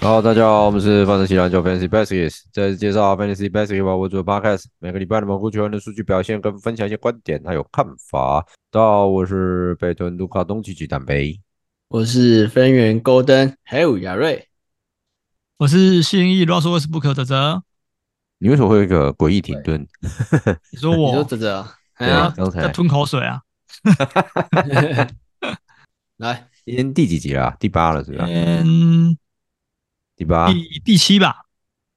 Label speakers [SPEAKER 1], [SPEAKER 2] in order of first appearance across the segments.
[SPEAKER 1] 好，大家好，我们是范特西篮球 Fantasy Baskets，再次介绍 Fantasy Basketball 为主的 Podcast，每个礼拜的蘑菇球员的数据表现跟分享一些观点还有看法。大家好，我是北屯卢卡东契奇蛋杯。
[SPEAKER 2] 我是分园勾登，还有亚瑞。
[SPEAKER 3] 我是信义 Russell Westbrook 的哲哲，
[SPEAKER 1] 你为什么会有一个诡异停顿？
[SPEAKER 3] 你说
[SPEAKER 2] 你说
[SPEAKER 3] 我
[SPEAKER 2] 哲哲啊，哎
[SPEAKER 1] 对
[SPEAKER 3] 啊
[SPEAKER 2] 呀，
[SPEAKER 1] 刚才
[SPEAKER 3] 在吞口水啊？
[SPEAKER 2] 来，
[SPEAKER 1] 今天第几集啦？第八了是吧？
[SPEAKER 3] 嗯，
[SPEAKER 1] 第八、
[SPEAKER 3] 第第七吧，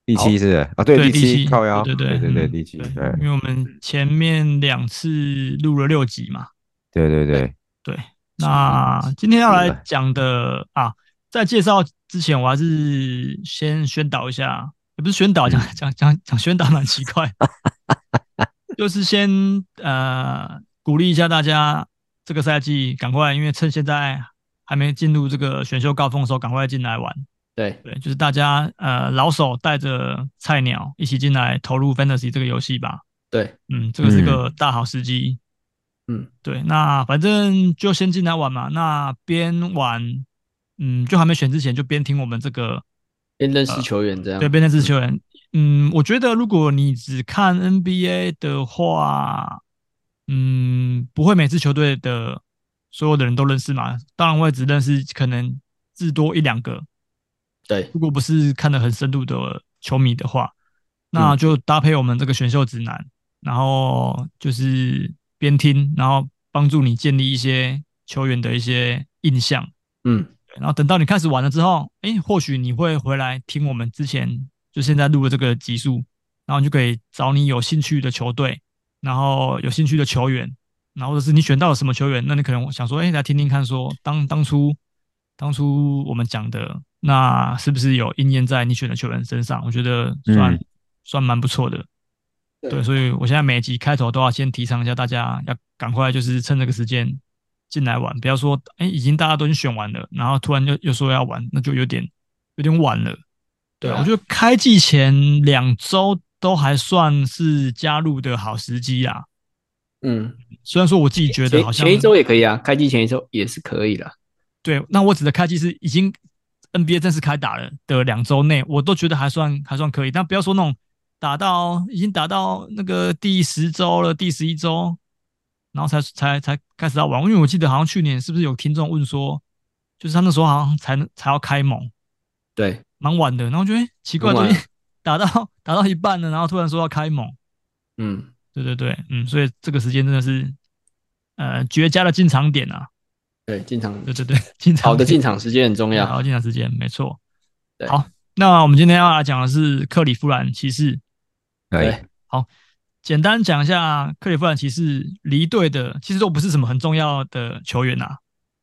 [SPEAKER 1] 第七是啊，对，
[SPEAKER 3] 对
[SPEAKER 1] 第
[SPEAKER 3] 第七
[SPEAKER 1] 靠腰，
[SPEAKER 3] 对对对
[SPEAKER 1] 对对对，
[SPEAKER 3] 嗯
[SPEAKER 1] 第七，
[SPEAKER 3] 对
[SPEAKER 1] 对
[SPEAKER 3] 因为我们前面两次录了六集嘛，
[SPEAKER 1] 对对对，
[SPEAKER 3] 对。那今天要来讲的
[SPEAKER 1] 嗯
[SPEAKER 3] 啊，在介绍之前，我还是先宣导一下，也不是宣导，讲
[SPEAKER 1] 嗯
[SPEAKER 3] 讲讲讲宣导蛮奇怪， 就是先呃鼓励一下大家，这个赛季赶快，因为趁现在还没进入这个选秀高峰的时候，赶快进来玩。
[SPEAKER 2] 对，
[SPEAKER 3] 对，就是大家呃老手带着菜鸟一起进来投入 Fantasy 这个游戏吧。
[SPEAKER 2] 对，
[SPEAKER 3] 嗯，这个是个大好时机。
[SPEAKER 2] 嗯，
[SPEAKER 3] 对，那反正就先进来玩嘛。那边玩，嗯，就还没选之前就边听我们这个
[SPEAKER 2] 边认识球员这样
[SPEAKER 3] 对，边认识球员。嗯，我觉得如果你只看 NBA 的话，嗯，不会每支球队的所有的人都认识嘛。当然，我也只认识可能至多一两个。
[SPEAKER 2] 对，
[SPEAKER 3] 如果不是看得很深度的球迷的话，那就搭配我们这个选秀指南，然后就是边听，然后帮助你建立一些球员的一些印象。
[SPEAKER 2] 嗯，
[SPEAKER 3] 对然后等到你开始玩了之后，诶，或许你会回来听我们之前就现在录的这个集数，然后你就可以找你有兴趣的球队，然后有兴趣的球员，然后或者是你选到了什么球员，那你可能想说，诶，来听听看说，当当初当初我们讲的，那是不是有应验在你选的球员身上？我觉得算、
[SPEAKER 1] 嗯
[SPEAKER 3] 算蛮不错的。
[SPEAKER 2] 对
[SPEAKER 3] 对，所以我现在每集开头都要先提倡一下大家，要赶快就是趁这个时间进来玩，不要说哎、诶已经大家都已经选完了，然后突然又又说要玩，那就有点有点晚了。
[SPEAKER 2] 对啊
[SPEAKER 3] 我觉得开季前两周都还算是加入的好时机啦。
[SPEAKER 2] 嗯，
[SPEAKER 3] 虽然说我自己觉得好
[SPEAKER 2] 前
[SPEAKER 3] 像
[SPEAKER 2] 前一周也可以啊，开机前一周也是可以的。
[SPEAKER 3] 对，那我指的开季是已经 NBA 正式开打了的两周内，我都觉得还算还算可以。但不要说那种打到已经打到那个第十周了，第十一周，然后才才才开始要玩。因为我记得好像去年是不是有听众问说，就是他那时候好像才能才要开盟，
[SPEAKER 2] 对，
[SPEAKER 3] 蛮晚的。然后我觉得、诶奇怪，
[SPEAKER 2] 蛮
[SPEAKER 3] 怎
[SPEAKER 2] 晚
[SPEAKER 3] 么 打到打到一半了，然后突然说要开盟。
[SPEAKER 2] 嗯，
[SPEAKER 3] 对对对，嗯，所以这个时间真的是呃绝佳的进场点啊。
[SPEAKER 2] 对，进场
[SPEAKER 3] 对对对，进场
[SPEAKER 2] 好的
[SPEAKER 3] 点
[SPEAKER 2] 进场时间很重
[SPEAKER 1] 啊
[SPEAKER 3] 对好
[SPEAKER 2] 要。
[SPEAKER 3] 进场时间，没错。
[SPEAKER 2] 对
[SPEAKER 3] 好，那我们今天要来讲的是克利夫兰骑士。
[SPEAKER 1] 哎，
[SPEAKER 3] 简单讲一下克利夫兰骑士离队的，其实都不是什么很重要的球员呐、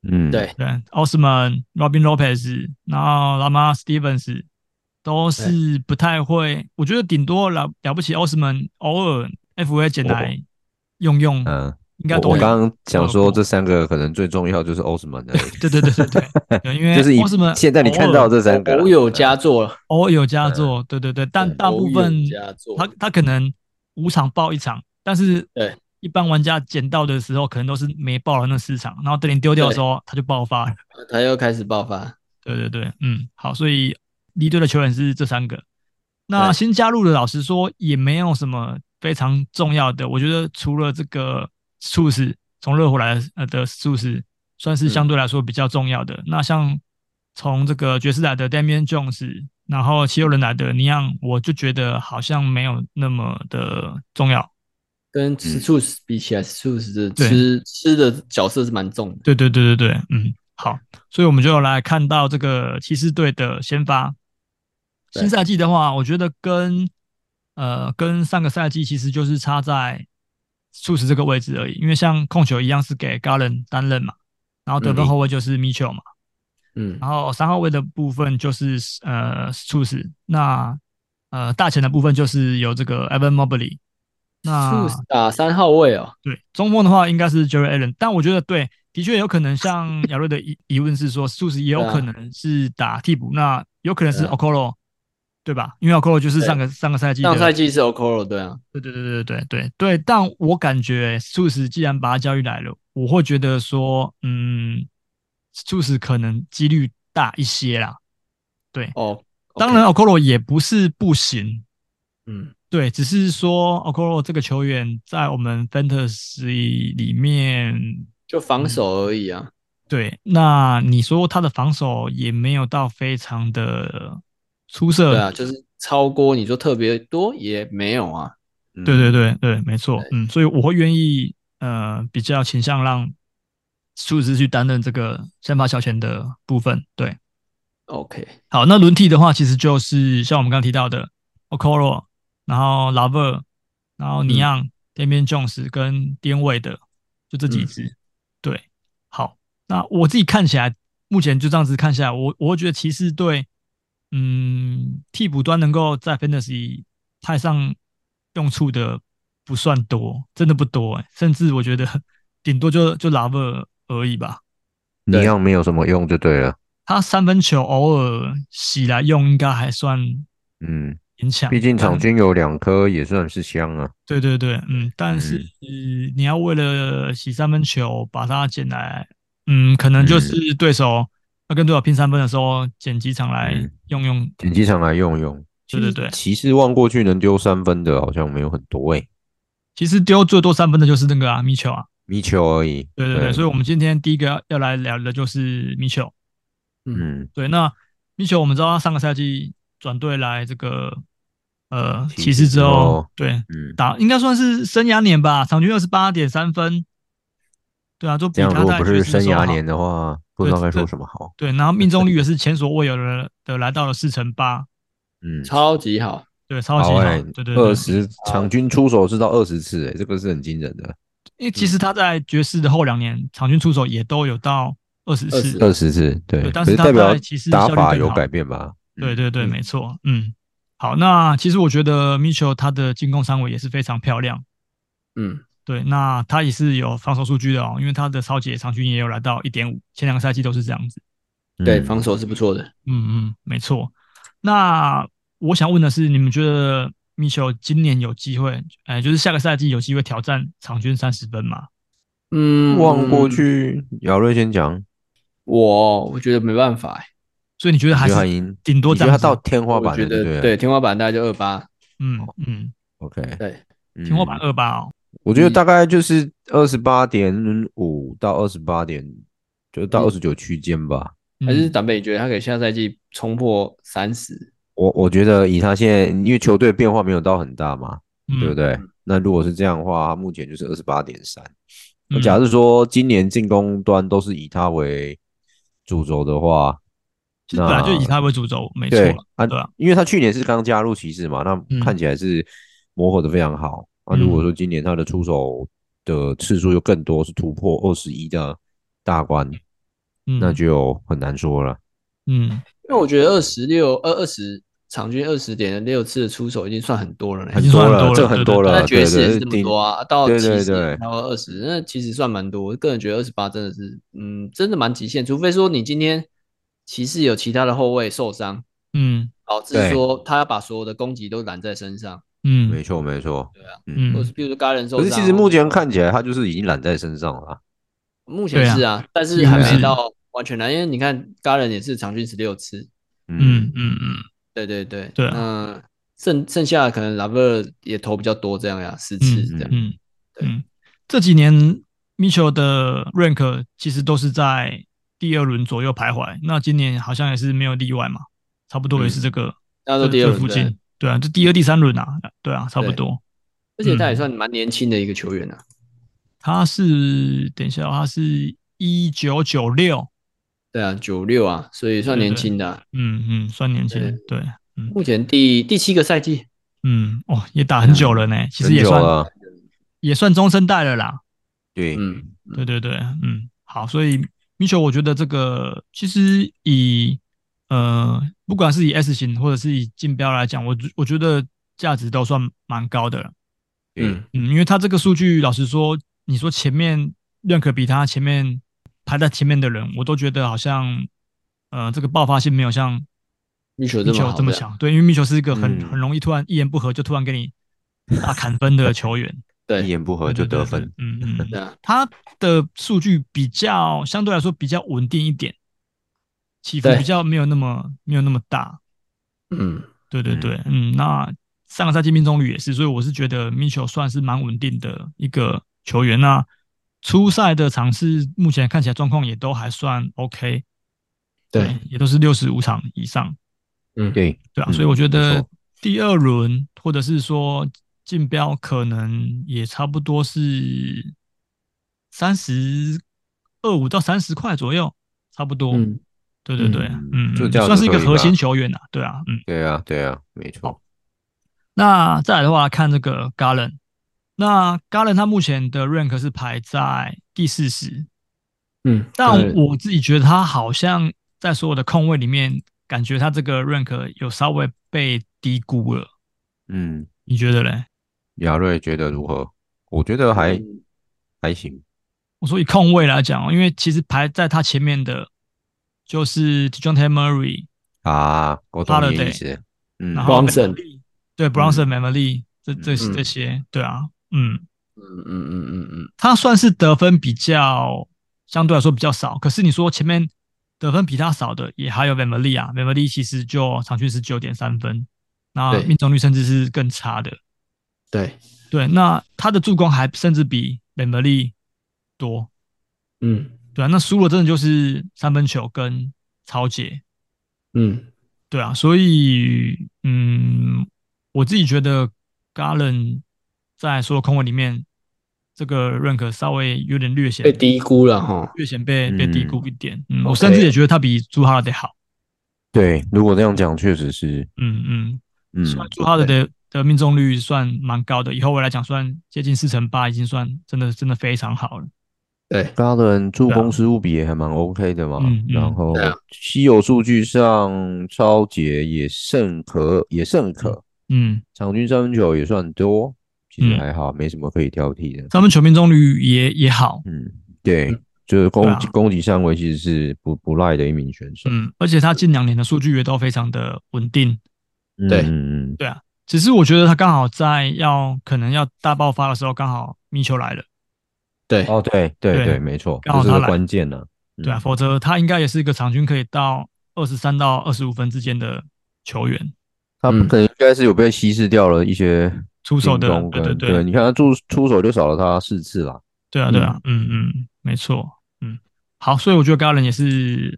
[SPEAKER 1] 嗯，
[SPEAKER 2] 对，
[SPEAKER 3] 对，奥斯曼、Robin Lopez，然后拉马 Stevens 都是不太会，我觉得顶多了了不起，奥斯曼偶尔 FA 捡来用用，
[SPEAKER 1] 嗯，
[SPEAKER 3] 应该
[SPEAKER 1] 我
[SPEAKER 3] 都
[SPEAKER 1] 我
[SPEAKER 3] 有
[SPEAKER 1] 刚刚
[SPEAKER 3] 都
[SPEAKER 1] 讲
[SPEAKER 3] 有
[SPEAKER 1] 说
[SPEAKER 3] 过
[SPEAKER 1] 这三个可能最重要就是欧斯 曼的，
[SPEAKER 3] 对对对对对对，因为
[SPEAKER 1] 就是以
[SPEAKER 3] 奥斯曼
[SPEAKER 1] 现在你看到
[SPEAKER 3] 偶尔
[SPEAKER 1] 这三个啦，
[SPEAKER 2] 偶有佳作了，
[SPEAKER 3] 偶尔有佳作，对对对，但
[SPEAKER 1] 对
[SPEAKER 3] 大部分
[SPEAKER 2] 偶有佳作
[SPEAKER 3] 他他可能五场爆一场，但是
[SPEAKER 2] 对
[SPEAKER 3] 一般玩家捡到的时候，可能都是没爆了那四场，然后等你丢掉的时候，他就爆发了。
[SPEAKER 2] 他又开始爆发。
[SPEAKER 3] 对对对，嗯，好，所以离队的球员是这三个。那
[SPEAKER 2] 对
[SPEAKER 3] 新加入的，老实说也没有什么非常重要的，我觉得除了这个术士从热火来的呃的术士，算是相对来说比较重要的。那像从这个爵士来的 Damian Jones，然后七六人来的尼昂，我就觉得好像没有那么的重要。
[SPEAKER 2] 跟吃醋是比起来，吃醋是
[SPEAKER 3] 嗯对
[SPEAKER 2] 吃吃的角色是蛮重的。
[SPEAKER 3] 对对对对对，嗯，好，所以我们就来看到这个骑士队的先发。
[SPEAKER 2] 对
[SPEAKER 3] 新赛季的话，我觉得跟呃跟上个赛季其实就是差在数十这个位置而已，因为像控球一样是给 Garland 担任嘛，然后得分
[SPEAKER 2] 嗯
[SPEAKER 3] 后卫就是 Mitchell 嘛，
[SPEAKER 2] 嗯，
[SPEAKER 3] 然后三号位的部分就是呃 s u s 那呃大前的部分就是有这个 Evan Mobley，那
[SPEAKER 2] 醋打三号位哦，
[SPEAKER 3] 对，中锋的话应该是 Jerry Allen，但我觉得对，的确有可能像 亚瑞的疑疑问是说，素食也有
[SPEAKER 2] 对啊
[SPEAKER 3] 可能是打替补，那有可能是
[SPEAKER 2] 对啊
[SPEAKER 3] Okoro，对吧？因为 Okoro 就是
[SPEAKER 2] 对
[SPEAKER 3] 上个上个赛季的，
[SPEAKER 2] 上赛季是 Okoro 对啊，
[SPEAKER 3] 对对对对对对对。但我感觉素食既然把他交易来了，我会觉得说，嗯，素食可能几率大一些啦。对，
[SPEAKER 2] 哦，
[SPEAKER 3] 当然 Okoro 也不是不行，
[SPEAKER 2] 嗯，
[SPEAKER 3] 对，只是说 Okoro 这个球员在我们 Fantasy 里面，
[SPEAKER 2] 就防守而已啊。
[SPEAKER 3] 对，那你说他的防守也没有到非常的出色，
[SPEAKER 2] 对啊，就是超过你说特别多也没有啊。
[SPEAKER 1] 嗯
[SPEAKER 3] 对对对对没错，嗯，所以我会愿意呃比较倾向让数值去担任这个先发小前的部分，对，
[SPEAKER 2] OK，
[SPEAKER 3] 好，那轮替的话，其实就是像我们刚刚提到的 Okoro，然后 Lover，然后尼昂、Damian Jones 跟边位的，就这几支。对，好，那我自己看起来，目前就这样子看下来，我我会觉得骑士队，嗯，替补端能够在 Fantasy 派上用处的不算多，真的不多、欸，甚至我觉得 顶多就就 Lover 而已吧。
[SPEAKER 1] 你一样没有什么用就对了。
[SPEAKER 3] 他三分球偶尔洗来用，应该还算
[SPEAKER 1] 嗯，
[SPEAKER 3] 勉强。
[SPEAKER 1] 毕竟场
[SPEAKER 3] 但
[SPEAKER 1] 均有两颗也算是香啊。
[SPEAKER 3] 对对对，嗯，但是、
[SPEAKER 1] 嗯
[SPEAKER 3] 呃你要为了洗三分球把它捡来，嗯，可能就是对手要跟对手拼三分的时候捡几场来
[SPEAKER 1] 嗯
[SPEAKER 3] 用用。
[SPEAKER 1] 捡机场来用用。
[SPEAKER 3] 对对对
[SPEAKER 1] 骑士望过去能丢三分的好像没有很多欸诶、
[SPEAKER 3] 其实丢最多三分的就是那个啊，米球啊。
[SPEAKER 1] 米球而已。
[SPEAKER 3] 对对对，所以我们今天第一个要要来聊的就是米球。
[SPEAKER 1] 嗯，
[SPEAKER 3] 对，那米球我们知道他上个赛季转队来这个呃
[SPEAKER 1] 骑
[SPEAKER 3] 骑士
[SPEAKER 1] 士
[SPEAKER 3] 之后
[SPEAKER 1] 后，
[SPEAKER 3] 对，
[SPEAKER 1] 嗯，
[SPEAKER 3] 打应该算是生涯年吧，场均二十八点三分。对啊，就比
[SPEAKER 1] 这样
[SPEAKER 3] 他
[SPEAKER 1] 如果
[SPEAKER 3] 在
[SPEAKER 1] 不
[SPEAKER 3] 爵
[SPEAKER 1] 是
[SPEAKER 3] 士的
[SPEAKER 1] 生
[SPEAKER 3] 时候
[SPEAKER 1] 涯
[SPEAKER 3] 好
[SPEAKER 1] 年的话，不知道
[SPEAKER 3] 对
[SPEAKER 1] 该
[SPEAKER 3] 这
[SPEAKER 1] 说什么好。
[SPEAKER 3] 对，然后命中率也是前所未有的的来到了四成八，
[SPEAKER 1] 嗯，
[SPEAKER 2] 超级好，
[SPEAKER 3] 对，超级好，
[SPEAKER 1] 诶
[SPEAKER 3] 对对对，
[SPEAKER 1] 欸二十场均出手是到二十次诶、欸这个是很惊人的，
[SPEAKER 3] 因为其实他在爵士的后两年场均出手也都有到二十次，
[SPEAKER 2] 20
[SPEAKER 1] 二十次对
[SPEAKER 3] 对，但
[SPEAKER 1] 可
[SPEAKER 3] 是
[SPEAKER 1] 是
[SPEAKER 3] 他
[SPEAKER 1] 代表
[SPEAKER 3] 在骑士
[SPEAKER 1] 打
[SPEAKER 3] 效率
[SPEAKER 1] 法
[SPEAKER 3] 更
[SPEAKER 1] 有
[SPEAKER 3] 好
[SPEAKER 1] 改变吧？
[SPEAKER 3] 对
[SPEAKER 1] 嗯
[SPEAKER 3] 对对，
[SPEAKER 2] 嗯
[SPEAKER 3] 没错，嗯，好，那其实我觉得 Mitchell 他的进攻三围也是非常漂亮，
[SPEAKER 2] 嗯，
[SPEAKER 3] 对，那他也是有防守数据的哦，因为他的超级场均也有来到一点五，前两个赛季都是这样子，
[SPEAKER 2] 对，
[SPEAKER 1] 嗯
[SPEAKER 2] 防守是不错的。
[SPEAKER 3] 嗯嗯，没错。那我想问的是，你们觉得 Mitchell 今年有机会，哎、就是下个赛季有机会挑战场均三十分吗？
[SPEAKER 2] 嗯，
[SPEAKER 1] 望过去，姚瑞先讲，
[SPEAKER 2] 我我觉得没办法欸，
[SPEAKER 3] 所以你觉得还
[SPEAKER 1] 你觉得他
[SPEAKER 3] 是
[SPEAKER 1] 赢，
[SPEAKER 3] 顶多
[SPEAKER 1] 你
[SPEAKER 3] 这
[SPEAKER 1] 觉得他
[SPEAKER 3] 样子？
[SPEAKER 1] 到天花
[SPEAKER 2] 我
[SPEAKER 1] 板
[SPEAKER 2] 觉
[SPEAKER 1] 了，对不啊
[SPEAKER 2] 得
[SPEAKER 1] 对？
[SPEAKER 2] 对天花板大概就二八，
[SPEAKER 3] 嗯嗯，
[SPEAKER 1] ，OK，
[SPEAKER 2] 对，
[SPEAKER 3] 天花
[SPEAKER 1] 嗯
[SPEAKER 3] 板二八哦，
[SPEAKER 1] 我觉得
[SPEAKER 2] 你
[SPEAKER 1] 大概就是二十八点五到二十八点，就到二十九区间吧。
[SPEAKER 3] 嗯
[SPEAKER 2] 还是长辈你觉得他可以下赛季冲破三十？
[SPEAKER 1] 我我觉得以他现在，因为球队变化没有到很大嘛，
[SPEAKER 3] 嗯
[SPEAKER 1] 对不？对？那如果是这样的话，他目前就是二十八点三。那
[SPEAKER 3] 嗯
[SPEAKER 1] 假设说今年进攻端都是以他为主轴的话，
[SPEAKER 3] 其实本来就以
[SPEAKER 1] 那
[SPEAKER 3] 他为主轴，没错
[SPEAKER 1] 对
[SPEAKER 3] 啦，
[SPEAKER 1] 啊
[SPEAKER 3] 对啊，
[SPEAKER 1] 因为他去年是刚加入骑士嘛，
[SPEAKER 3] 嗯
[SPEAKER 1] 那看起来是磨合的非常好。那、如果说今年他的出手的次数又更多，是突破二十一的大关，
[SPEAKER 3] 嗯，
[SPEAKER 1] 那就很难说了。
[SPEAKER 3] 嗯，
[SPEAKER 2] 因为我觉得二十六二二十场均二十点六次的出手已经算很多了呢
[SPEAKER 3] 已
[SPEAKER 1] 很
[SPEAKER 3] 经。算
[SPEAKER 1] 多
[SPEAKER 3] 很多了
[SPEAKER 1] 了，
[SPEAKER 3] 对对对
[SPEAKER 1] 这很多了，
[SPEAKER 2] 那爵士也
[SPEAKER 1] 对
[SPEAKER 2] 是这么多啊，到
[SPEAKER 1] 对
[SPEAKER 2] 骑
[SPEAKER 1] 对
[SPEAKER 2] 士
[SPEAKER 1] 对
[SPEAKER 2] 到二十，那其实算蛮多。我个人觉得二十八真的是，嗯，真的蛮极限。除非说你今天骑士有其他的后卫受伤，
[SPEAKER 3] 嗯
[SPEAKER 2] 导致
[SPEAKER 1] 对
[SPEAKER 2] 说他要把所有的攻击都揽在身上，
[SPEAKER 3] 嗯，
[SPEAKER 1] 没错没错。
[SPEAKER 2] 对啊，
[SPEAKER 3] 嗯
[SPEAKER 2] 或者是比如说高人受
[SPEAKER 1] 可
[SPEAKER 2] 伤。
[SPEAKER 1] 是其实目前看起来，他就是已经揽在身上了啊。
[SPEAKER 2] 目前是啊，但是还没到完全难，啊因为你看高人也是场均十六次，
[SPEAKER 3] 嗯嗯嗯，
[SPEAKER 2] 对对对，
[SPEAKER 3] 对啊
[SPEAKER 2] 嗯，剩剩下的可能拉贝尔也投比较多，这样呀，十次这样，
[SPEAKER 3] 嗯
[SPEAKER 2] 对
[SPEAKER 3] 嗯，这几年 Mitchell 的 rank 其实都是在第二轮左右徘徊，那今年好像也是没有例外嘛，差不多也是这个
[SPEAKER 1] 嗯
[SPEAKER 2] 大家
[SPEAKER 3] 这
[SPEAKER 2] 都第二
[SPEAKER 3] 这附
[SPEAKER 2] 轮对
[SPEAKER 3] 近，对啊，就第二、第三轮啊，对啊，差不
[SPEAKER 2] 对
[SPEAKER 3] 多。
[SPEAKER 2] 而且他也
[SPEAKER 3] 嗯
[SPEAKER 2] 算蛮年轻的一个球员啊。
[SPEAKER 3] 他是等一下哦，他是一九九六，
[SPEAKER 2] 对啊，九六啊，所以算
[SPEAKER 3] 对
[SPEAKER 2] 年
[SPEAKER 3] 对
[SPEAKER 2] 轻的啊、
[SPEAKER 3] 嗯嗯，算年轻
[SPEAKER 2] 对，
[SPEAKER 3] 对，
[SPEAKER 2] 目前第第七个赛季，
[SPEAKER 3] 嗯哦，也打很久了呢，其实
[SPEAKER 1] 很
[SPEAKER 3] 也
[SPEAKER 1] 久啊
[SPEAKER 3] 算
[SPEAKER 1] 了，
[SPEAKER 3] 也算中生代了啦，
[SPEAKER 1] 对
[SPEAKER 2] 嗯，
[SPEAKER 3] 对对对，嗯，好，所以 Mitchell 我觉得这个其实以呃，不管是以 S 型或者是以竞标来讲，我觉我觉得价值都算蛮高的了。
[SPEAKER 1] 对
[SPEAKER 2] 嗯，
[SPEAKER 3] 嗯，因为他这个数据，老实说，你说前面认可比他前面排在前面的人，我都觉得好像呃，这个爆发性没有像
[SPEAKER 2] 运球
[SPEAKER 3] 米
[SPEAKER 2] 这么
[SPEAKER 3] 球
[SPEAKER 2] 好，
[SPEAKER 3] 这么
[SPEAKER 2] 对啊，
[SPEAKER 3] 强。对，因为米球是一个很
[SPEAKER 1] 嗯
[SPEAKER 3] 很容易突然一言不合就突然给你大砍分的球员。
[SPEAKER 1] 一
[SPEAKER 2] 对
[SPEAKER 1] 言不合就得分，
[SPEAKER 3] 对。对对嗯嗯
[SPEAKER 2] 对
[SPEAKER 3] 嗯，
[SPEAKER 2] 啊，
[SPEAKER 3] 他的数据比较相对来说比较稳定一点，起伏
[SPEAKER 2] 对
[SPEAKER 3] 比较没有那么没有那么大。
[SPEAKER 2] 嗯，
[SPEAKER 3] 对对
[SPEAKER 1] 嗯
[SPEAKER 3] 对，嗯，那上个赛季命中率也是，所以我是觉得 Mitchell 算是蛮稳定的一个球员。那初赛的场次目前看起来状况也都还算 OK，
[SPEAKER 2] 对，，
[SPEAKER 3] 也都是六十五场以上，
[SPEAKER 2] 嗯，
[SPEAKER 1] 对
[SPEAKER 3] 对啊，
[SPEAKER 1] 嗯
[SPEAKER 3] 所以我觉
[SPEAKER 1] 没
[SPEAKER 3] 得
[SPEAKER 1] 错
[SPEAKER 3] 第二轮或者是说竞标可能也差不多是三十二五到三十块左右，差不多。
[SPEAKER 2] 嗯，
[SPEAKER 3] 对对对，
[SPEAKER 1] 嗯
[SPEAKER 3] 嗯，
[SPEAKER 1] 就
[SPEAKER 3] 嗯
[SPEAKER 1] 这样
[SPEAKER 3] 算
[SPEAKER 1] 子
[SPEAKER 3] 是一个
[SPEAKER 1] 可以
[SPEAKER 3] 核
[SPEAKER 1] 吧
[SPEAKER 3] 心球员呐、对啊，嗯。
[SPEAKER 1] 对啊，对啊，没错，
[SPEAKER 3] 那再来的话，看这个 Garland，那 Garland 他目前的 rank 是排在第四十，
[SPEAKER 2] 嗯，
[SPEAKER 3] 但
[SPEAKER 2] 对
[SPEAKER 3] 我自己觉得他好像在所有的空位里面，感觉他这个 rank 有稍微被低估了，
[SPEAKER 1] 嗯，
[SPEAKER 3] 你觉得嘞？
[SPEAKER 1] 亚瑞觉得如何？我觉得还
[SPEAKER 2] 嗯
[SPEAKER 1] 还行，
[SPEAKER 3] 我说以空位来讲哦，因为其实排在他前面的就是 d j o n t e Murray，
[SPEAKER 1] 啊，我懂你的
[SPEAKER 3] Holiday
[SPEAKER 1] 意思。嗯，
[SPEAKER 3] 然后
[SPEAKER 2] Bronson
[SPEAKER 3] Beverly，对 Bronson、Memely 这这
[SPEAKER 2] 嗯
[SPEAKER 3] 这些，对啊，嗯，
[SPEAKER 2] 嗯嗯嗯嗯嗯，
[SPEAKER 3] 他算是得分比较相对来说比较少，可是你说前面得分比他少的也还有 v a m e l i 啊 v a m e l i 其实就场均十九点三分，那
[SPEAKER 2] 对
[SPEAKER 3] 命中率甚至是更差的。
[SPEAKER 2] 对，
[SPEAKER 3] 对，那他的助攻还甚至比 v a m e l i 多。
[SPEAKER 2] 嗯
[SPEAKER 3] 对啊，那输了真的就是三分球跟超解。
[SPEAKER 2] 嗯
[SPEAKER 3] 对啊，所以嗯，我自己觉得 Garland 在所有空位里面，这个 rank 稍微有点略显
[SPEAKER 2] 被低估了哈，
[SPEAKER 3] 略显被被低
[SPEAKER 1] 嗯
[SPEAKER 3] 估一点。嗯，我
[SPEAKER 2] OK
[SPEAKER 3] 甚至也觉得他比朱哈德好。
[SPEAKER 1] 对，如果这样讲，确实是，
[SPEAKER 3] 嗯嗯，
[SPEAKER 1] 嗯，
[SPEAKER 3] 虽然朱哈德的的命中率算蛮高的，以后我来讲算接近四成八，已经算真的真的非常好了。
[SPEAKER 2] 对，
[SPEAKER 1] 高人助
[SPEAKER 3] 对啊
[SPEAKER 1] 攻失误比也还蛮 OK 的嘛，
[SPEAKER 3] 嗯嗯
[SPEAKER 1] 然后
[SPEAKER 2] 对啊
[SPEAKER 1] 稀有数据上，超杰也甚可，也甚可，
[SPEAKER 3] 嗯，
[SPEAKER 1] 场均三分球也算多，其实
[SPEAKER 3] 嗯
[SPEAKER 1] 还好，没什么可以挑剔的。
[SPEAKER 3] 三分球命中率也也好。
[SPEAKER 1] 嗯，对，就是攻
[SPEAKER 3] 对啊
[SPEAKER 1] 击攻击上位其实是不不赖的一名选手。
[SPEAKER 3] 嗯，而且他近两年的数据也都非常的稳定。
[SPEAKER 1] 嗯
[SPEAKER 2] 对
[SPEAKER 1] 嗯嗯，
[SPEAKER 3] 只是我觉得他刚好在要可能要大爆发的时候，刚好米球来了，
[SPEAKER 2] 对，
[SPEAKER 1] 哦，对对
[SPEAKER 3] 对
[SPEAKER 1] 对，没错，
[SPEAKER 3] 刚好
[SPEAKER 1] 这是
[SPEAKER 3] 他
[SPEAKER 1] 个
[SPEAKER 3] 来
[SPEAKER 1] 关键呢。
[SPEAKER 3] 对啊，
[SPEAKER 1] 嗯
[SPEAKER 3] 否则他应该也是一个场均可以到二十三到二十五分之间的球员，
[SPEAKER 1] 他
[SPEAKER 2] 嗯
[SPEAKER 1] 可能应该是有被稀释掉了一些
[SPEAKER 3] 出手的
[SPEAKER 1] 进攻，
[SPEAKER 3] 对
[SPEAKER 1] 跟
[SPEAKER 3] 对对，
[SPEAKER 1] 你看他出出手就少了他四次啦。
[SPEAKER 3] 对啊，对啊，嗯嗯，没错，嗯，好，所以我觉得 Garland 也是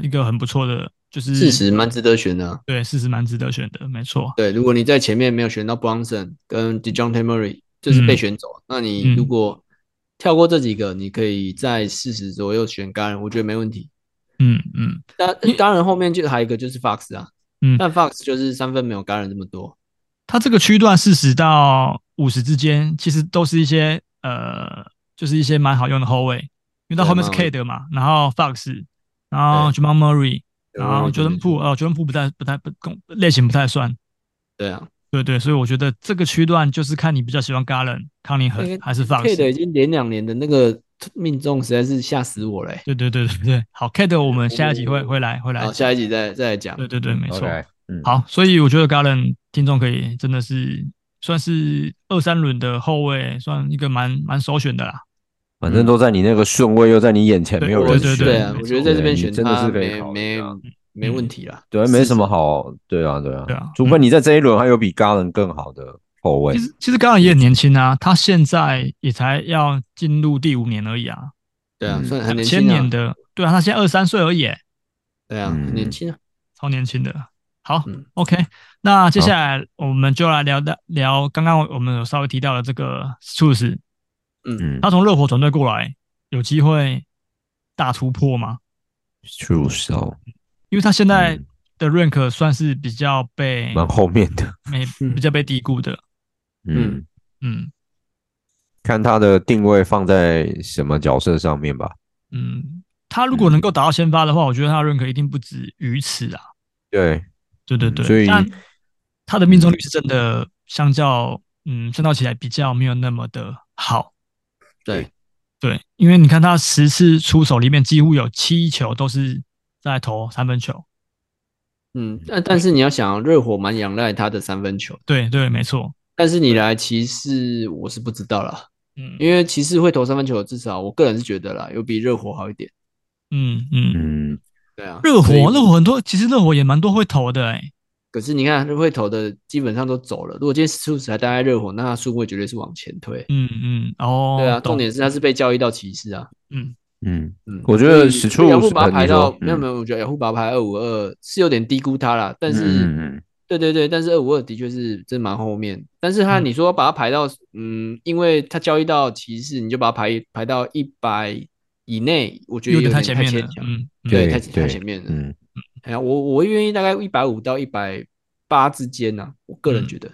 [SPEAKER 3] 一个很不错的，就是
[SPEAKER 2] 事实蛮值得选的啊。
[SPEAKER 3] 对，事实蛮值得选的，没错，
[SPEAKER 2] 对，如果你在前面没有选到 Bronson 跟 Dejounte Murray，就是被
[SPEAKER 3] 嗯
[SPEAKER 2] 选走。那你
[SPEAKER 3] 嗯
[SPEAKER 2] 如果跳过这几个，你可以在四十左右选 g a r 我觉得没问题。
[SPEAKER 3] 嗯嗯
[SPEAKER 2] 当
[SPEAKER 3] 你
[SPEAKER 2] 当然后面就还有一个就是 Fox 啊，
[SPEAKER 3] 嗯，
[SPEAKER 2] 但 Fox 就是三分没有 g a r 这么多。
[SPEAKER 3] 他这个区段四十到五十之间，其实都是一些呃，就是一些蛮好用的后卫，因为到
[SPEAKER 2] 对
[SPEAKER 3] 后面是
[SPEAKER 2] 蛮好
[SPEAKER 3] K 的嘛，然后 Fox，然后 j a m a Murray，然
[SPEAKER 2] 嗯
[SPEAKER 3] 后 Jordan p o 呃 Jordan p o 不太不太不公类型不太算，
[SPEAKER 2] 对啊
[SPEAKER 3] 对对，所以我觉得这个区段就是看你比较喜欢 Garland、康宁
[SPEAKER 2] 那
[SPEAKER 3] 恒
[SPEAKER 2] 个
[SPEAKER 3] 还是 Fox。
[SPEAKER 2] ，K 的已经连两年的那个命中实在是吓死我嘞、
[SPEAKER 3] 对对对对对，好 K 的我们下一集会会来会来
[SPEAKER 2] 哦好，，下一集再再来讲。
[SPEAKER 3] 对对对，没错。
[SPEAKER 1] OK，嗯，
[SPEAKER 3] 好，所以我觉得 Garland 听众可以真的是算是二三轮的后卫，算一个蛮蛮首选的啦。
[SPEAKER 1] 反正都在你那个顺位，又在你眼
[SPEAKER 3] 嗯
[SPEAKER 1] 前，
[SPEAKER 3] 对
[SPEAKER 1] 没有
[SPEAKER 3] 对
[SPEAKER 1] 人
[SPEAKER 3] 对
[SPEAKER 1] 选。
[SPEAKER 2] 对啊，
[SPEAKER 3] 没
[SPEAKER 2] 我
[SPEAKER 3] 错嗯
[SPEAKER 2] 觉得在这边选
[SPEAKER 1] 你真的
[SPEAKER 2] 他
[SPEAKER 1] 是可以
[SPEAKER 2] 没
[SPEAKER 1] 考虑
[SPEAKER 2] 没
[SPEAKER 1] 啊
[SPEAKER 2] 没问题啦。
[SPEAKER 1] 对，啊没什么好，对啊，对啊，
[SPEAKER 3] 对啊
[SPEAKER 1] 除非你在这一轮还有比 g a 更好的后卫
[SPEAKER 3] 其，实其实 Garland 也很年轻啊，他现在也才要进入第五年而已啊，
[SPEAKER 2] 对啊，
[SPEAKER 1] 嗯
[SPEAKER 2] 算很
[SPEAKER 3] 两
[SPEAKER 2] 年
[SPEAKER 3] 千
[SPEAKER 2] 轻啊
[SPEAKER 3] 年。的，对啊，他现在二三岁而已耶，
[SPEAKER 2] 对啊，很
[SPEAKER 1] 嗯
[SPEAKER 2] 年轻啊。
[SPEAKER 3] 超年轻的。好、
[SPEAKER 2] 嗯
[SPEAKER 3] o k 那接下来我们就来聊的聊刚刚我们有稍微提到的这个苏斯，
[SPEAKER 2] 嗯，
[SPEAKER 1] 嗯，
[SPEAKER 3] 他从热火转队过来，有机会大突破吗？
[SPEAKER 1] 出手
[SPEAKER 3] 嗯因为他现在
[SPEAKER 1] 嗯
[SPEAKER 3] 的 rank 算是比较被
[SPEAKER 1] 蛮后面的，
[SPEAKER 3] 没比较被低估的，
[SPEAKER 1] 嗯
[SPEAKER 2] 嗯
[SPEAKER 3] 嗯
[SPEAKER 1] 看他的定位放在什么角色上面吧。
[SPEAKER 3] 嗯，他如果能够打到先发的话，我觉得他的 rank 一定不止于此啊，
[SPEAKER 1] 对，
[SPEAKER 3] 对对对，
[SPEAKER 1] 嗯所以
[SPEAKER 3] 但他的命中率是真的相较嗯相较起来比较没有那么的好，
[SPEAKER 2] 对，
[SPEAKER 3] 对，因为你看他十次出手里面几乎有七球都是在投三分球，
[SPEAKER 2] 嗯，但但是你要想，热火蛮仰赖他的三分球，
[SPEAKER 3] 对对，没错，
[SPEAKER 2] 但是你来骑士，我是不知道啦，
[SPEAKER 3] 嗯
[SPEAKER 2] 因为骑士会投三分球，至少我个人是觉得啦，有比热火好一点。
[SPEAKER 3] 嗯嗯，
[SPEAKER 1] 嗯，
[SPEAKER 2] 对啊，
[SPEAKER 3] 热火
[SPEAKER 2] 所以
[SPEAKER 3] 热火很多，其实热火也蛮多会投的哎、
[SPEAKER 2] 可是你看会投的基本上都走了，如果今天数值还待在热火，那他顺位绝对是往前推。
[SPEAKER 3] 嗯嗯，哦，
[SPEAKER 2] 对啊，
[SPEAKER 3] 懂
[SPEAKER 2] 重点是他是被交易到骑士啊。
[SPEAKER 1] 嗯，
[SPEAKER 2] 嗯，
[SPEAKER 1] 我觉得
[SPEAKER 2] 所以
[SPEAKER 1] 史处
[SPEAKER 2] 雅虎把他
[SPEAKER 1] 是
[SPEAKER 2] 排到
[SPEAKER 1] 你说
[SPEAKER 2] 没有
[SPEAKER 1] 嗯
[SPEAKER 2] 没有，我觉得雅虎把他排二五二是有点低估他啦，但是、
[SPEAKER 1] 嗯嗯
[SPEAKER 2] 对对对，但是二五二的确是真蛮后面，但是他
[SPEAKER 3] 嗯
[SPEAKER 2] 你说把他排到嗯，因为他交易到骑士，你就把他排排到一百以内，我觉得
[SPEAKER 3] 有
[SPEAKER 2] 点
[SPEAKER 3] 点
[SPEAKER 2] 太
[SPEAKER 3] 太前面
[SPEAKER 2] 牵
[SPEAKER 3] 了，
[SPEAKER 2] 强，
[SPEAKER 3] 嗯，嗯
[SPEAKER 2] 对，
[SPEAKER 1] 对
[SPEAKER 2] 太
[SPEAKER 1] 对
[SPEAKER 2] 太前面了。
[SPEAKER 1] 嗯
[SPEAKER 2] 哎呀，我我愿意大概一百五到一百八之间呐、啊我个人
[SPEAKER 3] 嗯
[SPEAKER 2] 觉得，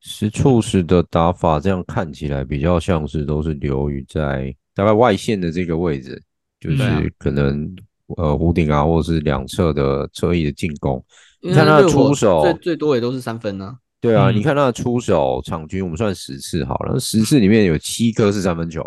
[SPEAKER 1] 石处时的打法这样看起来比较像是都是流于在大概外线的这个位置，就
[SPEAKER 3] 对啊
[SPEAKER 1] 是可能呃弧顶啊，或者是两侧的侧翼的进攻。
[SPEAKER 2] 因
[SPEAKER 1] 你
[SPEAKER 2] 为
[SPEAKER 1] 看他的
[SPEAKER 2] 热火
[SPEAKER 1] 出手
[SPEAKER 2] 最最多也都是三分啊。
[SPEAKER 1] 对啊，
[SPEAKER 3] 嗯
[SPEAKER 1] 你看他的出手场均，我们算十次好了，十次里面有七颗是三分球，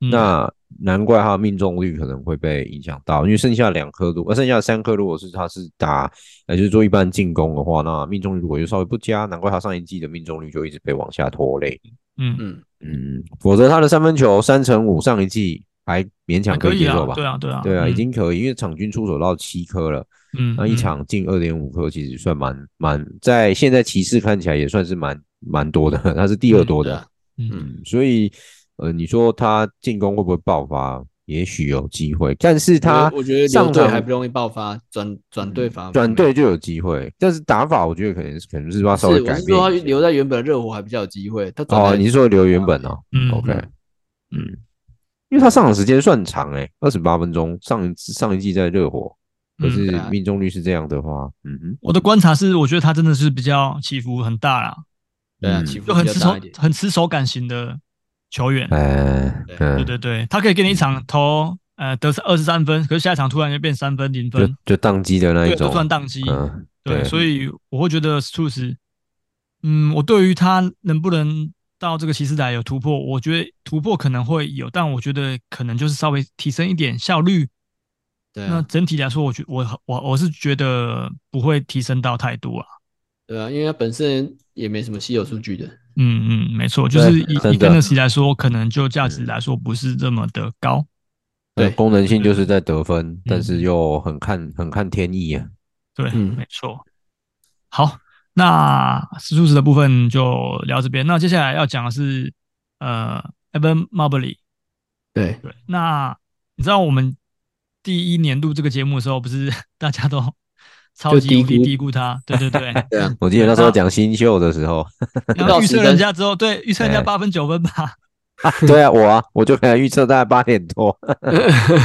[SPEAKER 3] 嗯
[SPEAKER 1] 那难怪他的命中率可能会被影响到，因为剩下两颗如呃剩下三颗如果是他是打呃就是做一般进攻的话，那命中率如果又稍微不佳，难怪他上一季的命中率就一直被往下拖累。
[SPEAKER 3] 嗯
[SPEAKER 2] 嗯，
[SPEAKER 1] 嗯，否则他的三分球三乘五上一季还勉强
[SPEAKER 3] 还可
[SPEAKER 1] 以
[SPEAKER 3] 以
[SPEAKER 1] 接
[SPEAKER 3] 啊
[SPEAKER 1] 受，吧？
[SPEAKER 3] 对啊对啊，
[SPEAKER 1] 对啊，已
[SPEAKER 3] 嗯
[SPEAKER 1] 经可以，因为场均出手到七颗了。
[SPEAKER 3] 嗯
[SPEAKER 1] 那一
[SPEAKER 3] 嗯
[SPEAKER 1] 场进二点五颗，其实算
[SPEAKER 2] 嗯
[SPEAKER 1] 蛮蛮在现在骑士看起来也算是蛮蛮多的， 他是第二多
[SPEAKER 2] 对
[SPEAKER 1] 的
[SPEAKER 2] 啊，
[SPEAKER 3] 嗯
[SPEAKER 1] 嗯，所以呃，你说他进攻会不会爆发？也许有机会，但是他
[SPEAKER 2] 我觉得我觉得
[SPEAKER 1] 上
[SPEAKER 2] 留队
[SPEAKER 1] 场嗯
[SPEAKER 2] 还不容易爆发，转转队反而
[SPEAKER 1] 转队就有机会，但是打法我觉得可能是可能是要
[SPEAKER 2] 不是，
[SPEAKER 1] 稍微
[SPEAKER 2] 我
[SPEAKER 1] 改
[SPEAKER 2] 是说他
[SPEAKER 1] 变一
[SPEAKER 2] 留
[SPEAKER 1] 些。
[SPEAKER 2] 在原本的热火还比较有机会，他转
[SPEAKER 1] 哦，
[SPEAKER 2] 来
[SPEAKER 1] 你是说留
[SPEAKER 2] 啊
[SPEAKER 1] 原本哦
[SPEAKER 3] 嗯
[SPEAKER 1] ？OK，
[SPEAKER 3] 嗯
[SPEAKER 1] 嗯，因为他上场时间算长诶，二十八分钟，上一上一季在热火，可
[SPEAKER 3] 嗯
[SPEAKER 1] 是
[SPEAKER 2] 对啊
[SPEAKER 1] 命中率是这样的话，嗯哼，
[SPEAKER 3] 我的观察是，我觉得他真的是比较起伏很大啦，
[SPEAKER 2] 对啊，
[SPEAKER 1] 嗯
[SPEAKER 2] 起伏
[SPEAKER 3] 就
[SPEAKER 2] 比
[SPEAKER 3] 很
[SPEAKER 2] 较
[SPEAKER 3] 吃
[SPEAKER 2] 大
[SPEAKER 3] 手
[SPEAKER 2] 一点。
[SPEAKER 3] 很吃手感型的球员。
[SPEAKER 1] 呃
[SPEAKER 2] 对，
[SPEAKER 1] 嗯
[SPEAKER 3] 对啊对对，他可以给你一场投呃得二十三分，可是下一场突然就变三分零
[SPEAKER 1] 就
[SPEAKER 3] 分，
[SPEAKER 1] 就宕机的那一
[SPEAKER 3] 对，就
[SPEAKER 1] 种，
[SPEAKER 3] 突然宕机。
[SPEAKER 1] 嗯，
[SPEAKER 3] 对，所以我会觉得 s t u s 嗯，我对于他能不能到这个骑士来有突破，我觉得突破可能会有，但我觉得可能就是稍微提升一点效率。
[SPEAKER 1] 嗯
[SPEAKER 2] 对
[SPEAKER 3] 那
[SPEAKER 2] 啊，
[SPEAKER 3] 整体来说，我觉我我我是觉得不会提升到太多啊。
[SPEAKER 2] 对啊，因为他本身也没什么稀有数据的。
[SPEAKER 3] 嗯嗯，没错，就是以
[SPEAKER 1] 真的嗯
[SPEAKER 3] 以跟的席来说，可能就价值来说不是这么的高。
[SPEAKER 1] 那
[SPEAKER 2] 对
[SPEAKER 1] 功能性就是在得分，但是又很看很看天意啊。
[SPEAKER 3] 对，
[SPEAKER 2] 嗯
[SPEAKER 3] 没错。好，那史柱子的部分就聊这边。那接下来要讲的是呃，Evan Mobley。
[SPEAKER 2] 对，
[SPEAKER 3] 对，那你知道我们第一年度这个节目的时候，不是 大家都超级
[SPEAKER 2] 低
[SPEAKER 3] 无敌
[SPEAKER 2] 估
[SPEAKER 3] 低估他？对 对对，
[SPEAKER 2] 对啊，
[SPEAKER 1] 我记得那时候讲新秀的时候，
[SPEAKER 3] 然后预测
[SPEAKER 2] 10
[SPEAKER 3] 人
[SPEAKER 2] 分
[SPEAKER 3] 家之后，对预测人家
[SPEAKER 1] 哎
[SPEAKER 3] 八分九分吧。
[SPEAKER 1] 对啊，我啊，我就可能预测大概八点多，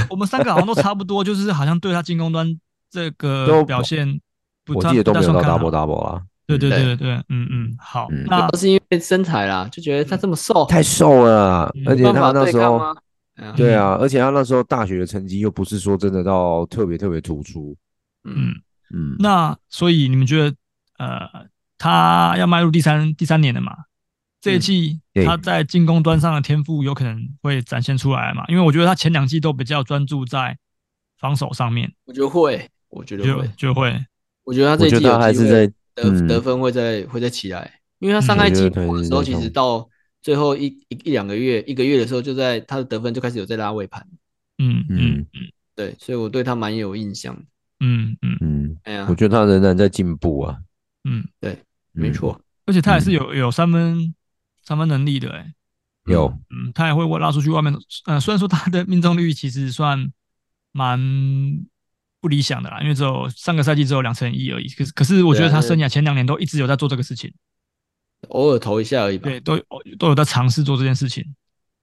[SPEAKER 3] 我们三个好像都差不多，就是好像对他进攻端这个
[SPEAKER 1] 都
[SPEAKER 3] 表现不
[SPEAKER 1] 我
[SPEAKER 3] 太
[SPEAKER 1] 记得都
[SPEAKER 3] 不
[SPEAKER 1] 没
[SPEAKER 3] 太
[SPEAKER 1] 有
[SPEAKER 3] 算
[SPEAKER 1] 到
[SPEAKER 3] 看好
[SPEAKER 1] double double 啊，
[SPEAKER 3] 对对
[SPEAKER 2] 对
[SPEAKER 3] 对对对，嗯嗯，好，
[SPEAKER 1] 嗯
[SPEAKER 3] 那
[SPEAKER 2] 都是因为身材啦，就觉得他这么瘦，
[SPEAKER 1] 太瘦了啊
[SPEAKER 3] 嗯，
[SPEAKER 1] 而且
[SPEAKER 2] 没办
[SPEAKER 1] 他
[SPEAKER 2] 法
[SPEAKER 1] 那
[SPEAKER 2] 对
[SPEAKER 1] 时
[SPEAKER 2] 抗
[SPEAKER 1] 候
[SPEAKER 2] 啊。嗯
[SPEAKER 1] 对啊，而且他那时候大学的成绩又不是说真的到特别特别突出，
[SPEAKER 2] 嗯，
[SPEAKER 3] 嗯，
[SPEAKER 1] 嗯，
[SPEAKER 3] 那所以你们觉得，呃，他要迈入第三第三年了嘛？这一
[SPEAKER 2] 嗯
[SPEAKER 3] 季
[SPEAKER 1] 对
[SPEAKER 3] 他在进攻端上的天赋有可能会展现出来嘛？因为我觉得他前两季都比较专注在防守上面，
[SPEAKER 2] 我觉得会，我觉得
[SPEAKER 3] 就
[SPEAKER 2] 会，
[SPEAKER 3] 就会，
[SPEAKER 2] 我觉得他这
[SPEAKER 1] 我
[SPEAKER 2] 一
[SPEAKER 1] 觉
[SPEAKER 2] 季
[SPEAKER 1] 得他
[SPEAKER 2] 有
[SPEAKER 1] 还
[SPEAKER 2] 机
[SPEAKER 1] 是
[SPEAKER 2] 会
[SPEAKER 1] 在
[SPEAKER 2] 得
[SPEAKER 1] 嗯
[SPEAKER 2] 得分会再会再起来，因为他上
[SPEAKER 3] 嗯
[SPEAKER 2] 赛
[SPEAKER 1] 我觉
[SPEAKER 2] 季
[SPEAKER 1] 得他
[SPEAKER 2] 末的
[SPEAKER 1] 是
[SPEAKER 2] 时候，
[SPEAKER 1] 在
[SPEAKER 2] 其
[SPEAKER 1] 上
[SPEAKER 2] 实到最后一一一两个月，一个月的时候，就在他的得分就开始有在拉尾盘，
[SPEAKER 3] 嗯嗯
[SPEAKER 1] 嗯
[SPEAKER 2] 对，所以我对他蛮有印象的。
[SPEAKER 3] 嗯嗯
[SPEAKER 1] 嗯，
[SPEAKER 2] 哎呀
[SPEAKER 1] 我，觉得他仍然在进步啊，
[SPEAKER 3] 嗯，
[SPEAKER 2] 没
[SPEAKER 1] 嗯，
[SPEAKER 2] 错，
[SPEAKER 3] 而且他也是
[SPEAKER 1] 嗯
[SPEAKER 3] 有有三分三分能力的、欸，
[SPEAKER 1] 有
[SPEAKER 3] 嗯，他也会拉出去外面。嗯、呃，虽然说他的命中率其实算蛮不理想的啦，因为只有上个赛季只有两成一而已。可是可是我觉得
[SPEAKER 2] 对
[SPEAKER 3] 他
[SPEAKER 2] 啊
[SPEAKER 3] 生涯前两年都一直有在做这个事情，
[SPEAKER 2] 偶尔投一下而已吧。
[SPEAKER 3] 对，啊都有都有在尝试做这件事情。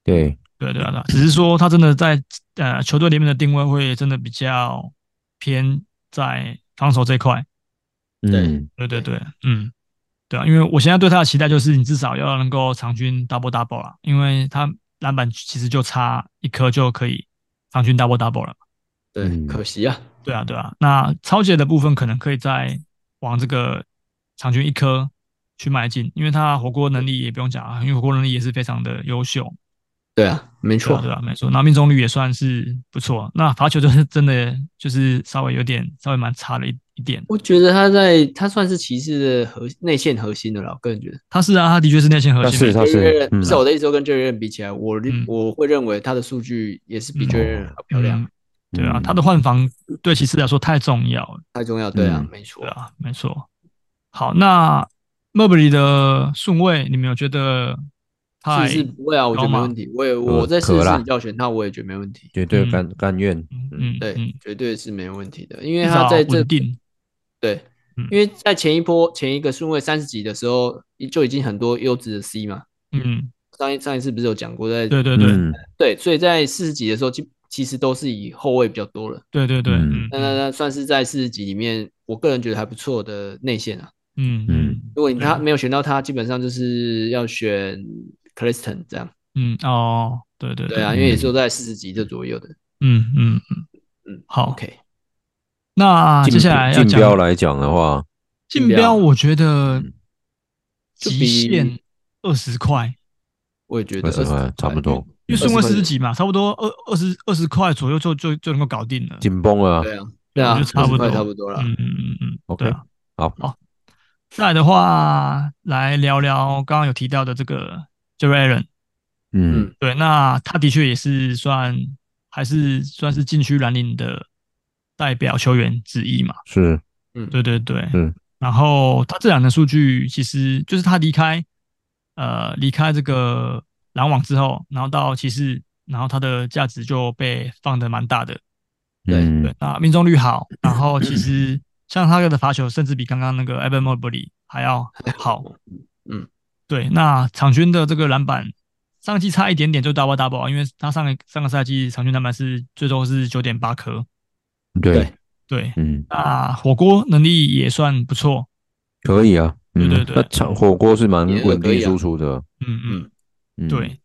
[SPEAKER 1] 对，
[SPEAKER 3] 对对啊对啊，只是说他真的在呃球队里面的定位会真的比较偏在防守这一块。
[SPEAKER 1] 嗯，
[SPEAKER 3] 对对对，嗯，对啊，因为我现在对他的期待就是你至少要能够场均 double double 啦，因为他篮板其实就差一颗就可以场均 double double 了。
[SPEAKER 2] 对，
[SPEAKER 1] 嗯
[SPEAKER 2] 可惜啊，
[SPEAKER 3] 对啊，对啊，那超解的部分可能可以再往这个场均一颗去迈进，因为他火锅能力也不用讲啊，因为火锅能力也是非常的优秀。
[SPEAKER 2] 对啊，没
[SPEAKER 3] 对
[SPEAKER 2] 错
[SPEAKER 3] 啊，，对啊，没错。然后命中率也算是不错。那罚球就是真的就是稍微有点稍微蛮差了一一点。
[SPEAKER 2] 我觉得他在他算是骑士的核内线核心的了啦，我个人觉得。
[SPEAKER 3] 他是啊，他的确是内线核
[SPEAKER 1] 他
[SPEAKER 3] 心
[SPEAKER 1] 是
[SPEAKER 3] 没错。
[SPEAKER 1] 他
[SPEAKER 2] j
[SPEAKER 1] 是
[SPEAKER 2] a，
[SPEAKER 1] 嗯
[SPEAKER 2] 不是我的意思，说跟 j a 比起来，我
[SPEAKER 3] 嗯
[SPEAKER 2] 我会认为他的数据也是比
[SPEAKER 3] 嗯
[SPEAKER 2] j a 好漂亮
[SPEAKER 3] 嗯，对啊，
[SPEAKER 1] 嗯
[SPEAKER 3] 他的换防对骑士来说太重要了。
[SPEAKER 2] 太重要。对啊
[SPEAKER 1] 嗯，
[SPEAKER 2] 没错
[SPEAKER 3] 对。啊，没错。好，那 m u r b r y 的顺位，你们有觉得太
[SPEAKER 2] 是是不会啊，我觉得没问题。我也
[SPEAKER 3] 呃
[SPEAKER 2] 我在
[SPEAKER 1] 可
[SPEAKER 2] 四十
[SPEAKER 1] 啦
[SPEAKER 2] 四要选他，我也觉得没问题。
[SPEAKER 1] 绝对
[SPEAKER 3] 嗯
[SPEAKER 1] 甘甘愿，
[SPEAKER 3] 嗯嗯
[SPEAKER 2] 对
[SPEAKER 3] 嗯，，
[SPEAKER 2] 绝对是没问题的，因
[SPEAKER 3] 至
[SPEAKER 2] 为他
[SPEAKER 3] 少
[SPEAKER 2] 在这
[SPEAKER 3] 稳定
[SPEAKER 2] 对
[SPEAKER 3] 嗯，
[SPEAKER 2] 因为在前一波前一个顺位三十几的时候，就已经很多优质的 C 嘛。
[SPEAKER 3] 嗯，
[SPEAKER 2] 上一上一次不是有讲过在
[SPEAKER 3] 对对对
[SPEAKER 1] 嗯，
[SPEAKER 2] 对，所以在四十几的时候，其其实都是以后卫比较多了。
[SPEAKER 3] 对对对，嗯
[SPEAKER 1] 嗯
[SPEAKER 2] 那那那算是在四十几里面，我个人觉得还不错的内线啊。
[SPEAKER 3] 嗯嗯
[SPEAKER 1] 嗯
[SPEAKER 2] 如果你他没有选到他，基本上就是要选 Cliston 这样。
[SPEAKER 3] 嗯哦，对对
[SPEAKER 2] 对啊，
[SPEAKER 1] 嗯
[SPEAKER 2] 因为也是在四十几这左右的。
[SPEAKER 3] 嗯嗯嗯，
[SPEAKER 2] 嗯
[SPEAKER 3] 好
[SPEAKER 2] ，OK，
[SPEAKER 3] 那啊接
[SPEAKER 1] 竞
[SPEAKER 3] 下来要
[SPEAKER 1] 竞
[SPEAKER 3] 讲
[SPEAKER 1] 标来讲的话，
[SPEAKER 3] 竞标，我觉得
[SPEAKER 1] 嗯
[SPEAKER 2] 就
[SPEAKER 3] 极
[SPEAKER 2] 比
[SPEAKER 3] 限二十块，
[SPEAKER 2] 我也觉得
[SPEAKER 1] 20块
[SPEAKER 2] 20
[SPEAKER 1] 差不多。
[SPEAKER 3] 因为顺
[SPEAKER 2] 20
[SPEAKER 3] 位
[SPEAKER 2] 块
[SPEAKER 3] 四十几嘛，差不多二二十二十块左右就就就能够搞定了。
[SPEAKER 1] 紧绷了啊
[SPEAKER 2] 对，啊，对啊
[SPEAKER 3] 我觉得，差不多
[SPEAKER 2] 20块差不多啦。
[SPEAKER 3] 嗯嗯嗯嗯嗯，
[SPEAKER 1] OK
[SPEAKER 3] 对啊。
[SPEAKER 1] 好
[SPEAKER 3] 好，再来的话，来聊聊刚刚有提到的这个 j e r a l n
[SPEAKER 1] 嗯
[SPEAKER 2] 嗯，
[SPEAKER 3] 对，那他的确也是算还是算是禁区蓝领的代表球员之一嘛。
[SPEAKER 1] 是，
[SPEAKER 2] 嗯，
[SPEAKER 3] 对对对，
[SPEAKER 1] 嗯。
[SPEAKER 3] 然后他这两年数据其实就是他离开，呃，离开这个篮网之后，然后到骑士，然后他的价值就被放的蛮大的。
[SPEAKER 2] 对
[SPEAKER 1] 嗯
[SPEAKER 3] 对，那命中率好，然后其实像他的罚球，甚至比刚刚那个 Evan Mobley 还要好。
[SPEAKER 2] 嗯，
[SPEAKER 3] 对，那场均的这个篮板，上季差一点点就 double double，因为啊他上个上个赛季场均篮板是最多是九点八颗。
[SPEAKER 1] 对
[SPEAKER 2] 对，
[SPEAKER 3] 对，
[SPEAKER 1] 嗯，
[SPEAKER 3] 那火锅能力也算不错。
[SPEAKER 1] 可以啊，
[SPEAKER 3] 对
[SPEAKER 1] 嗯
[SPEAKER 3] 对对
[SPEAKER 1] 那场火锅是蛮
[SPEAKER 2] 也
[SPEAKER 1] 稳
[SPEAKER 2] 可
[SPEAKER 1] 定
[SPEAKER 2] 以啊
[SPEAKER 1] 输出的，
[SPEAKER 3] 嗯嗯，
[SPEAKER 1] 嗯，
[SPEAKER 3] 对。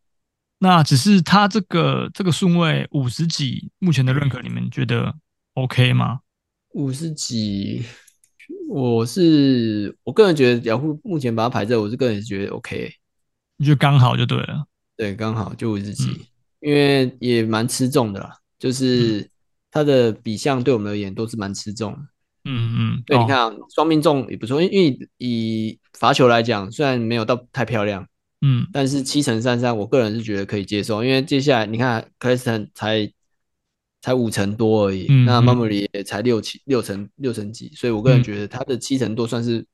[SPEAKER 3] 那只是他这个这个顺位五十几，目前的认可，你们觉得 OK 吗？
[SPEAKER 2] 五十几，我是我个人觉得雅虎目前把它排在，我是个人觉得 OK，
[SPEAKER 3] 你觉得刚好就对了。
[SPEAKER 2] 对，刚好就五十几，
[SPEAKER 3] 嗯
[SPEAKER 2] 因为也蛮吃重的啦，就是它的比项对我们而言都是蛮吃重的。
[SPEAKER 3] 嗯嗯，
[SPEAKER 2] 对，
[SPEAKER 3] 哦
[SPEAKER 2] 你看啊双命中也不错，因为以罚球来讲，虽然没有到太漂亮，
[SPEAKER 3] 嗯
[SPEAKER 2] 但是七乘三三，我个人是觉得可以接受，因为接下来你看 c l i s t o n 才才五成多而已，
[SPEAKER 3] 嗯
[SPEAKER 2] 那
[SPEAKER 3] 嗯
[SPEAKER 2] m a m o r y 也才六七六成六成几，所以我个人
[SPEAKER 3] 嗯
[SPEAKER 2] 觉得他的七成多算是、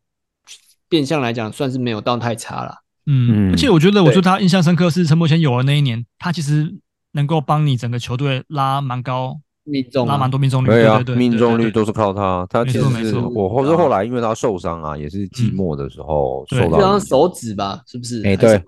[SPEAKER 2] 变相来讲算是没有到太差了。
[SPEAKER 3] 嗯，
[SPEAKER 1] 嗯
[SPEAKER 3] 而且我觉得，我
[SPEAKER 2] 对
[SPEAKER 3] 对他印象深刻是陈柏谦有了那一年，他其实能够帮你整个球队拉蛮高、
[SPEAKER 2] 命中
[SPEAKER 3] 拉
[SPEAKER 2] 啊
[SPEAKER 3] 蛮多命中率，
[SPEAKER 1] 可以
[SPEAKER 3] 对
[SPEAKER 1] 啊
[SPEAKER 3] 对，对，
[SPEAKER 1] 命中率
[SPEAKER 3] 对
[SPEAKER 1] 都是靠他。他
[SPEAKER 3] 没
[SPEAKER 1] 其
[SPEAKER 3] 错
[SPEAKER 1] 实
[SPEAKER 3] 没
[SPEAKER 1] 是
[SPEAKER 3] 错
[SPEAKER 1] 我后是后来因为他受伤啊，也是
[SPEAKER 3] 嗯
[SPEAKER 1] 寂寞的时候
[SPEAKER 3] 对
[SPEAKER 1] 受
[SPEAKER 2] 就
[SPEAKER 1] 到
[SPEAKER 2] 像
[SPEAKER 1] 影响。
[SPEAKER 2] 手指吧，是不是？
[SPEAKER 1] 哎
[SPEAKER 2] 还是
[SPEAKER 1] 对
[SPEAKER 2] 什么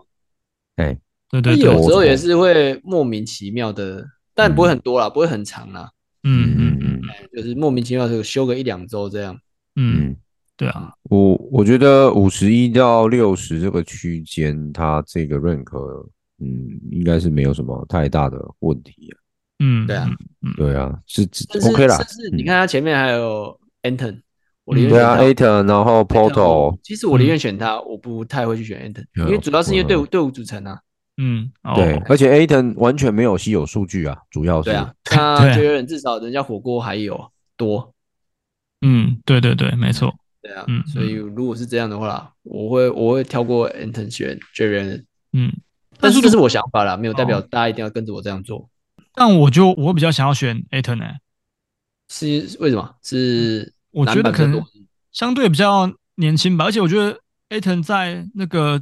[SPEAKER 1] 哎，
[SPEAKER 3] 对
[SPEAKER 2] 他
[SPEAKER 3] 对
[SPEAKER 2] 有
[SPEAKER 3] 对，
[SPEAKER 2] 时候也是会莫名其妙的，但不会很多啦，不会很长啦，
[SPEAKER 3] 嗯嗯
[SPEAKER 1] 嗯
[SPEAKER 3] 嗯
[SPEAKER 1] 嗯
[SPEAKER 2] 就是莫名其妙的休个一两周这样。
[SPEAKER 3] 嗯，
[SPEAKER 1] 嗯，
[SPEAKER 3] 对啊，
[SPEAKER 1] 我我觉得五十一到六十这个区间，他这个认可，嗯，应该是没有什么太大的问题啊。
[SPEAKER 3] 嗯，
[SPEAKER 2] 对啊，
[SPEAKER 1] 对啊，是是
[SPEAKER 2] 但是
[SPEAKER 1] OK 啦
[SPEAKER 2] 但。是你看他前面还有 Anton，我宁愿
[SPEAKER 1] 对啊
[SPEAKER 2] 选他
[SPEAKER 1] ，Aton，然后 Porto，
[SPEAKER 2] 其实我宁
[SPEAKER 3] 嗯
[SPEAKER 2] 愿选他，我不太会去选 Anton，因
[SPEAKER 1] 嗯
[SPEAKER 2] 为主要是因为队伍队伍组成啊，
[SPEAKER 3] 嗯，哦
[SPEAKER 1] 对，而且 Aton 完全没有稀有数据啊，主要是
[SPEAKER 2] 对啊，
[SPEAKER 3] 对
[SPEAKER 2] 那
[SPEAKER 3] 啊
[SPEAKER 2] 就有点至少人家火锅还有多，
[SPEAKER 3] 嗯，对对对，没错，
[SPEAKER 2] 对啊
[SPEAKER 3] 嗯，
[SPEAKER 2] 所以如果是这样的话，我会我会跳过 Anton 选 j a r e n
[SPEAKER 3] 嗯，
[SPEAKER 2] 但
[SPEAKER 3] 但
[SPEAKER 2] 是
[SPEAKER 3] 是
[SPEAKER 2] 这是我想法啦，没有代表
[SPEAKER 3] 哦
[SPEAKER 2] 大家一定要跟着我这样做。
[SPEAKER 3] 但我就我比较想要选 Aton 呢，
[SPEAKER 2] 是为什么？是
[SPEAKER 3] 我觉
[SPEAKER 2] 篮
[SPEAKER 3] 得
[SPEAKER 2] 板
[SPEAKER 3] 可
[SPEAKER 2] 比较
[SPEAKER 3] 能
[SPEAKER 2] 多
[SPEAKER 3] 相对比较年轻吧，而且我觉得 Aton 在那个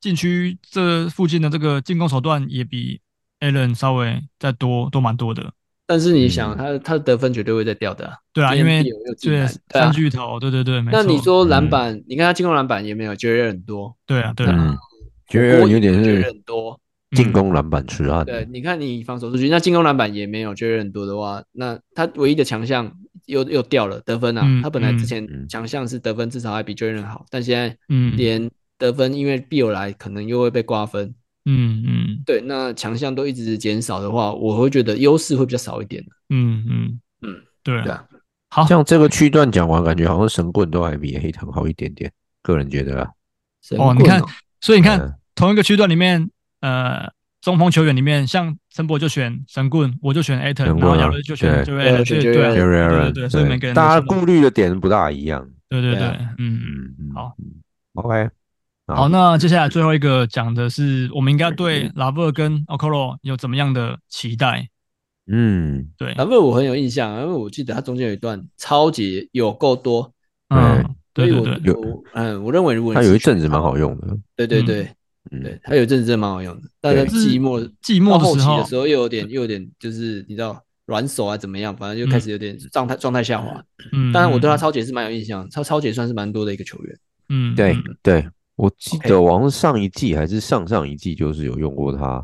[SPEAKER 3] 禁区这附近的这个进攻手段也比 Allen 稍微再多多蛮多的，
[SPEAKER 2] 但是你想，他他的得分绝对会再掉的啊、
[SPEAKER 3] 嗯对啊，
[SPEAKER 2] 今
[SPEAKER 3] 因
[SPEAKER 2] 天
[SPEAKER 3] 为
[SPEAKER 2] 必有又进
[SPEAKER 3] 对
[SPEAKER 2] 来对啊
[SPEAKER 3] 三巨头，对对对，没
[SPEAKER 2] 那你
[SPEAKER 3] 错
[SPEAKER 2] 说篮
[SPEAKER 1] 嗯
[SPEAKER 2] 板，你看他进攻篮板也没有，绝对很多，
[SPEAKER 3] 对啊对啊，
[SPEAKER 1] 嗯，觉得有点
[SPEAKER 2] 绝对
[SPEAKER 1] 是
[SPEAKER 2] 很多。
[SPEAKER 1] 进
[SPEAKER 3] 嗯
[SPEAKER 1] 攻篮板痴汉，
[SPEAKER 2] 对，你看你防守出去，那进攻篮板也没有，绝对很多的话，那他唯一的强项又又掉了得分啊。
[SPEAKER 3] 嗯
[SPEAKER 2] 他本来
[SPEAKER 3] 嗯
[SPEAKER 2] 之前
[SPEAKER 1] 嗯
[SPEAKER 2] 强项是得分，至少还比 Jalen 好，但现在
[SPEAKER 3] 嗯
[SPEAKER 2] 连得分，因为必有来可能又会被瓜分。
[SPEAKER 3] 嗯嗯
[SPEAKER 2] 对，那强项都一直减少的话，我会觉得优势会比较少一点。啊
[SPEAKER 3] 嗯嗯
[SPEAKER 2] 嗯，
[SPEAKER 3] 对
[SPEAKER 2] 对
[SPEAKER 3] 啊，
[SPEAKER 2] 啊，
[SPEAKER 3] 好，
[SPEAKER 1] 像这个区段讲完，感觉好像神棍都还比黑藤好一点点，个人觉得啊。
[SPEAKER 2] 神
[SPEAKER 3] 哦
[SPEAKER 2] 棍
[SPEAKER 3] 你看所以你看
[SPEAKER 1] 嗯
[SPEAKER 3] 同一个区段里面，呃，中锋球员里面，像陈博就选神棍，我就选 a t o
[SPEAKER 1] 神
[SPEAKER 3] n 然
[SPEAKER 1] 棍
[SPEAKER 3] 后
[SPEAKER 1] 啊
[SPEAKER 3] 姚伦就选
[SPEAKER 1] 对
[SPEAKER 3] j a
[SPEAKER 2] 对
[SPEAKER 3] 对对啊
[SPEAKER 1] j e
[SPEAKER 3] 对
[SPEAKER 1] r r
[SPEAKER 3] 对
[SPEAKER 1] y
[SPEAKER 3] 对，所以每个人的
[SPEAKER 1] 大家
[SPEAKER 3] 选择
[SPEAKER 1] 顾虑的点不大一样。
[SPEAKER 3] 对对
[SPEAKER 2] 对
[SPEAKER 3] 对
[SPEAKER 2] 啊，
[SPEAKER 3] 嗯。
[SPEAKER 1] 嗯嗯，
[SPEAKER 3] 好
[SPEAKER 1] 嗯，OK，
[SPEAKER 3] 好，那接下来最后一个讲的是，我们应该对拉布尔跟 o k o r o 有怎么样的期待？
[SPEAKER 1] 嗯，
[SPEAKER 3] 对，
[SPEAKER 2] 然后我很有印象，因为我记得他中间有一段超级有够多，
[SPEAKER 3] 嗯，
[SPEAKER 2] 所
[SPEAKER 3] 对
[SPEAKER 2] 以
[SPEAKER 3] 对
[SPEAKER 2] 我
[SPEAKER 3] 对，
[SPEAKER 1] 对
[SPEAKER 2] 我嗯，我认为如果你
[SPEAKER 1] 它有一
[SPEAKER 2] 是
[SPEAKER 1] 阵子蛮好用的。
[SPEAKER 2] 对对
[SPEAKER 3] 嗯
[SPEAKER 2] 对对
[SPEAKER 1] 嗯，，
[SPEAKER 2] 他有一阵子真的蛮好用的，但是
[SPEAKER 1] 对
[SPEAKER 2] 寂寞
[SPEAKER 3] 寂寞
[SPEAKER 2] 到后
[SPEAKER 3] 的
[SPEAKER 2] 期
[SPEAKER 3] 时候
[SPEAKER 2] 的时，候又有点又有点就是你知道软手啊怎么样，反正就开始有点状态状态下滑。
[SPEAKER 3] 嗯，
[SPEAKER 2] 当然我对他
[SPEAKER 3] 嗯，
[SPEAKER 2] 超姐是蛮有印象，超超姐算是蛮多的一个球员。
[SPEAKER 3] 嗯，
[SPEAKER 1] 对
[SPEAKER 3] 嗯
[SPEAKER 1] 对，我记
[SPEAKER 2] OK
[SPEAKER 1] 得我好像上一季还是上上一季就是有用过它，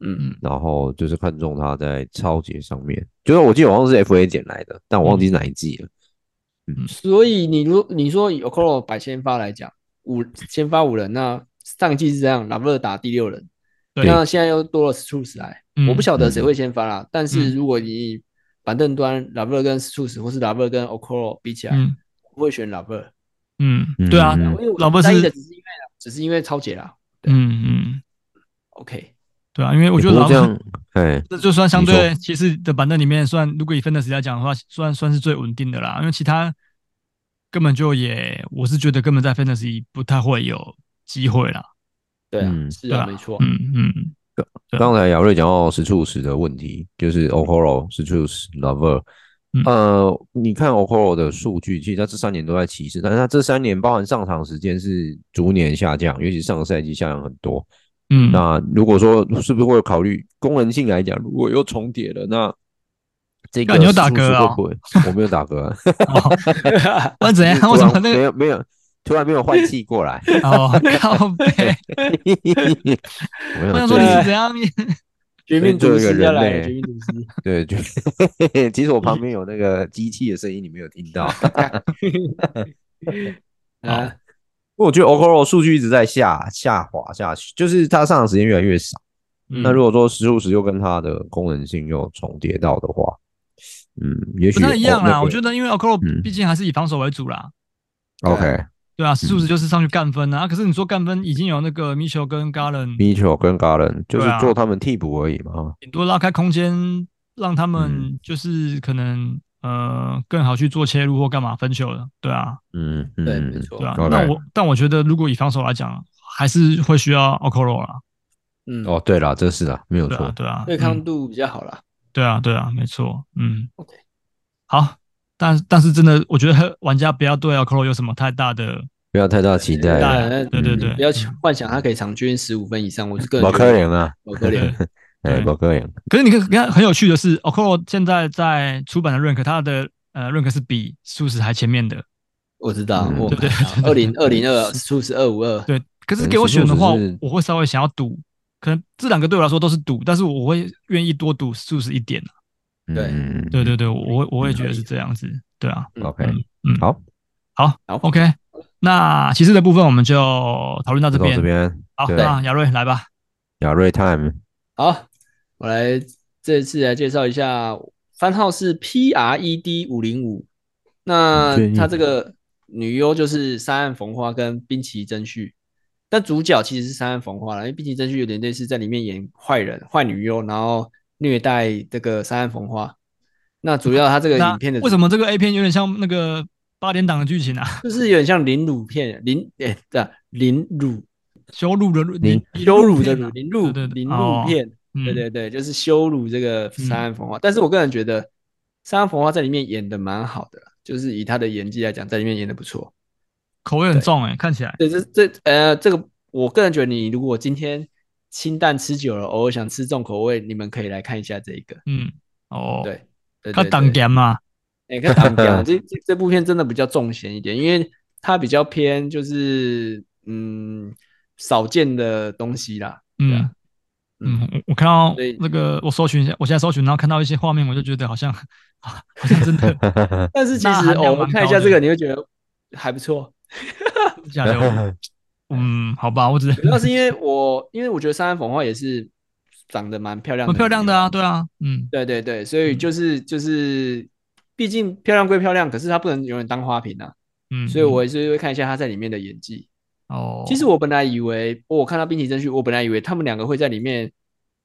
[SPEAKER 2] 嗯，
[SPEAKER 3] 嗯
[SPEAKER 1] 然后就是看中它在超节上面，就是我记得我好像是 FA 捡来的，但我
[SPEAKER 3] 嗯
[SPEAKER 1] 忘记是哪一季了。
[SPEAKER 2] 所以你如你说以 Okoro 百先发来讲，五先发五人，那上一季是这样，拉布勒打第六人，
[SPEAKER 3] 对
[SPEAKER 2] 那现在又多了 Strus 来，
[SPEAKER 3] 嗯
[SPEAKER 2] 我不晓得谁会先发啦。但是
[SPEAKER 3] 嗯
[SPEAKER 2] 如果你以板凳端拉布勒跟 Strus 或是拉布勒跟 Okoro 比起来，
[SPEAKER 3] 嗯
[SPEAKER 2] 我会选拉布勒，
[SPEAKER 3] 嗯，
[SPEAKER 1] 嗯
[SPEAKER 3] 对啊
[SPEAKER 1] 嗯，
[SPEAKER 2] 因为
[SPEAKER 3] 老
[SPEAKER 2] 我
[SPEAKER 3] 布
[SPEAKER 2] 在意的
[SPEAKER 3] 是，
[SPEAKER 2] 只是因为只是因为超姐啦。对
[SPEAKER 3] 嗯嗯，
[SPEAKER 2] OK，
[SPEAKER 3] 对啊，因为我
[SPEAKER 1] 也
[SPEAKER 3] 觉得
[SPEAKER 1] 不过
[SPEAKER 3] 老
[SPEAKER 1] 这
[SPEAKER 3] 布
[SPEAKER 1] 样，哎，
[SPEAKER 3] 这就算相
[SPEAKER 1] 你
[SPEAKER 3] 对
[SPEAKER 1] 说
[SPEAKER 3] 骑士的板凳里面算，如果以分的时来讲的话，算算是最稳定的啦。因为其他根本就也，我是觉得根本在 fantasy 不太会有机会啦。
[SPEAKER 2] 对啊，
[SPEAKER 1] 嗯
[SPEAKER 2] 是
[SPEAKER 3] 对
[SPEAKER 2] 啊，
[SPEAKER 3] 啊
[SPEAKER 2] 没错。
[SPEAKER 3] 嗯嗯对
[SPEAKER 1] 刚才姚瑞讲到实处时的问题，就是 Okoro 实处时 Lover
[SPEAKER 3] 嗯。
[SPEAKER 1] 呃，你看 Okoro 的数据，其实他这三年都在骑士，但是他这三年包含上场时间是逐年下降，尤其上个赛季下降很多。
[SPEAKER 3] 嗯，
[SPEAKER 1] 那如果说 是不是会考虑功能性来讲，如果又重叠了，那这个
[SPEAKER 3] 干你有打嗝啊
[SPEAKER 1] 会不会？我没有打嗝、 啊，
[SPEAKER 3] 好，哦不然怎样？
[SPEAKER 1] 突
[SPEAKER 3] 为什么
[SPEAKER 1] 然
[SPEAKER 3] 那
[SPEAKER 1] 没
[SPEAKER 3] 个？
[SPEAKER 1] 有没有，突然没有换气 过来。
[SPEAKER 3] 哦，靠背！
[SPEAKER 1] 我没
[SPEAKER 3] 我想
[SPEAKER 1] 有
[SPEAKER 3] 说
[SPEAKER 1] 注
[SPEAKER 3] 你
[SPEAKER 1] 意
[SPEAKER 3] 是怎样？你
[SPEAKER 2] 绝命毒师
[SPEAKER 1] 所以这个
[SPEAKER 2] 要来
[SPEAKER 1] 人
[SPEAKER 2] 了，
[SPEAKER 1] 类
[SPEAKER 2] 绝命毒 师。
[SPEAKER 1] 对，就 其实我旁边有那个机器的声音，你没有听到。
[SPEAKER 2] 啊，
[SPEAKER 1] 我觉得 Okoro 数据一直在下下滑下去，就是它上场时间越来越少。
[SPEAKER 3] 嗯
[SPEAKER 1] 那如果说时不时又跟它的功能性又重叠到的话，嗯，也许
[SPEAKER 3] 不太一样啦。我觉
[SPEAKER 1] 得
[SPEAKER 3] 得因为 o k o
[SPEAKER 1] 嗯
[SPEAKER 3] 毕竟还是以防守为主啦。
[SPEAKER 1] OK。
[SPEAKER 3] 对啊，数
[SPEAKER 1] 嗯
[SPEAKER 3] 值就是上去干分啊。啊可是你说干分已经有那个 Mitchell 跟 Garland
[SPEAKER 1] Mitchell 跟 Garland 就是
[SPEAKER 3] 对啊
[SPEAKER 1] 做他们替补而已嘛。
[SPEAKER 3] 顶多拉开空间，让他们
[SPEAKER 1] 嗯
[SPEAKER 3] 就是可能呃更好去做切入或干嘛分球了。对啊，
[SPEAKER 1] 嗯，嗯
[SPEAKER 2] 对，
[SPEAKER 1] 嗯
[SPEAKER 2] 没错
[SPEAKER 3] 对。啊。
[SPEAKER 1] OK
[SPEAKER 3] 那我但我觉得如果以防守来讲，还是会需要 o k o r o 啦。
[SPEAKER 2] 嗯，
[SPEAKER 1] 哦，对了，这是啊，没有
[SPEAKER 3] 对啊
[SPEAKER 1] 错，。
[SPEAKER 3] 对啊，
[SPEAKER 2] 对
[SPEAKER 3] 嗯
[SPEAKER 2] 抗度比较好啦。
[SPEAKER 3] 对啊，对啊，没错，嗯
[SPEAKER 2] OK
[SPEAKER 3] 好，但但是真的，我觉得 玩家不要对 a l c o 有什么太大的，
[SPEAKER 1] 不要太大期待
[SPEAKER 2] 当
[SPEAKER 1] 啊，
[SPEAKER 2] 然，
[SPEAKER 3] 对对嗯对
[SPEAKER 2] 不要幻想他可以场均十五分以上，我是个人
[SPEAKER 1] 不
[SPEAKER 2] 觉
[SPEAKER 1] 可
[SPEAKER 2] 得
[SPEAKER 1] 能啊，
[SPEAKER 2] 不可能。
[SPEAKER 1] 哎，
[SPEAKER 3] 对
[SPEAKER 1] 不可能。
[SPEAKER 3] 可是你看，你看很有趣的是 a l c o 现在在出版的 rank，它的呃 rank 是比数十还前面的，
[SPEAKER 2] 我知道，
[SPEAKER 1] 嗯
[SPEAKER 2] 我
[SPEAKER 3] 对对
[SPEAKER 2] 二零二零 二数是二五二，
[SPEAKER 3] 对。可是
[SPEAKER 1] 嗯
[SPEAKER 3] 给我选的话
[SPEAKER 1] 史努斯，
[SPEAKER 3] 我会稍微想要赌，可能这两个对我来说都是赌，但是我会愿意多赌数十一点啊
[SPEAKER 2] 对
[SPEAKER 1] 嗯
[SPEAKER 3] 对对对，我会我会觉得
[SPEAKER 2] 可以
[SPEAKER 3] 是这样子，对啊，
[SPEAKER 2] 嗯
[SPEAKER 1] ，OK，
[SPEAKER 3] 嗯，
[SPEAKER 1] 好，
[SPEAKER 3] 好
[SPEAKER 2] 好
[SPEAKER 3] ，OK，那骑士的部分我们就讨论到这
[SPEAKER 1] 到
[SPEAKER 3] 边，
[SPEAKER 1] 这边，
[SPEAKER 3] 好，
[SPEAKER 1] 对
[SPEAKER 3] 那亚瑞来吧，
[SPEAKER 1] 亚瑞 time，
[SPEAKER 2] 好，我来这次来介绍一下，番号是 PRED 五零五。那
[SPEAKER 1] 建议
[SPEAKER 2] 他这个女优就是三岸逢花跟滨崎真绪，但主角其实是三岸逢花啦，因为滨崎真绪有点类似在里面演坏人、坏女优，然后虐待这个三岸逢花。那主要他这个
[SPEAKER 3] 那
[SPEAKER 2] 影片的
[SPEAKER 3] 为什么这个 A 片有点像那个八点档的剧情啊？
[SPEAKER 2] 就是有点像凌辱片，凌哎对啊，凌 辱
[SPEAKER 3] 羞辱的辱，
[SPEAKER 1] 你
[SPEAKER 2] 羞辱的辱，
[SPEAKER 3] 辱，
[SPEAKER 2] 凌辱
[SPEAKER 3] 对对对
[SPEAKER 2] 凌
[SPEAKER 3] 哦
[SPEAKER 2] 辱片。
[SPEAKER 3] 嗯
[SPEAKER 2] 对对对，就是羞辱这个三岸风花。但是我个人觉得，三岸风花在里面演的蛮好的啦，就是以他的演技来讲，在里面演的不错。
[SPEAKER 3] 口味很重哎、看起来，
[SPEAKER 2] 对，这这呃，这个我个人觉得，你如果今天清淡吃久了，偶尔想吃重口味，你们可以来看一下这一个。
[SPEAKER 3] 嗯，哦，
[SPEAKER 2] 对，对
[SPEAKER 3] 他
[SPEAKER 2] 对
[SPEAKER 3] 当
[SPEAKER 2] 对，
[SPEAKER 3] game 嘛，
[SPEAKER 2] 哎，看当家，这这这部片真的比较重咸一点，因为它比较偏就是嗯少见的东西啦，对
[SPEAKER 3] 嗯
[SPEAKER 2] 啊
[SPEAKER 3] 嗯，我我看到
[SPEAKER 2] 所以
[SPEAKER 3] 那个我搜寻一下，我现在搜寻，然后看到一些画面，我就觉得好像啊好像真 的
[SPEAKER 2] 但是其
[SPEAKER 3] 那
[SPEAKER 2] 实
[SPEAKER 3] 含量
[SPEAKER 2] 哦，我
[SPEAKER 3] 蛮
[SPEAKER 2] 看一
[SPEAKER 3] 高
[SPEAKER 2] 下
[SPEAKER 3] 的
[SPEAKER 2] 这个，你会觉得还不错。
[SPEAKER 3] 假的我。嗯，好吧，我只
[SPEAKER 2] 主要
[SPEAKER 3] 是
[SPEAKER 2] 是因为我，因为我觉得三安粉花也是长得蛮漂亮的，
[SPEAKER 3] 蛮漂亮的啊，。对啊，嗯，
[SPEAKER 2] 对对对，所以就是就是，毕竟漂亮归漂亮，可是她不能永远当花瓶啊。
[SPEAKER 3] 嗯，
[SPEAKER 2] 所以我也是会看一下她在里面的演技。
[SPEAKER 3] 哦，
[SPEAKER 2] 其实我本来以为，我看到冰崎真绪，我本来以为他们两个会在里面，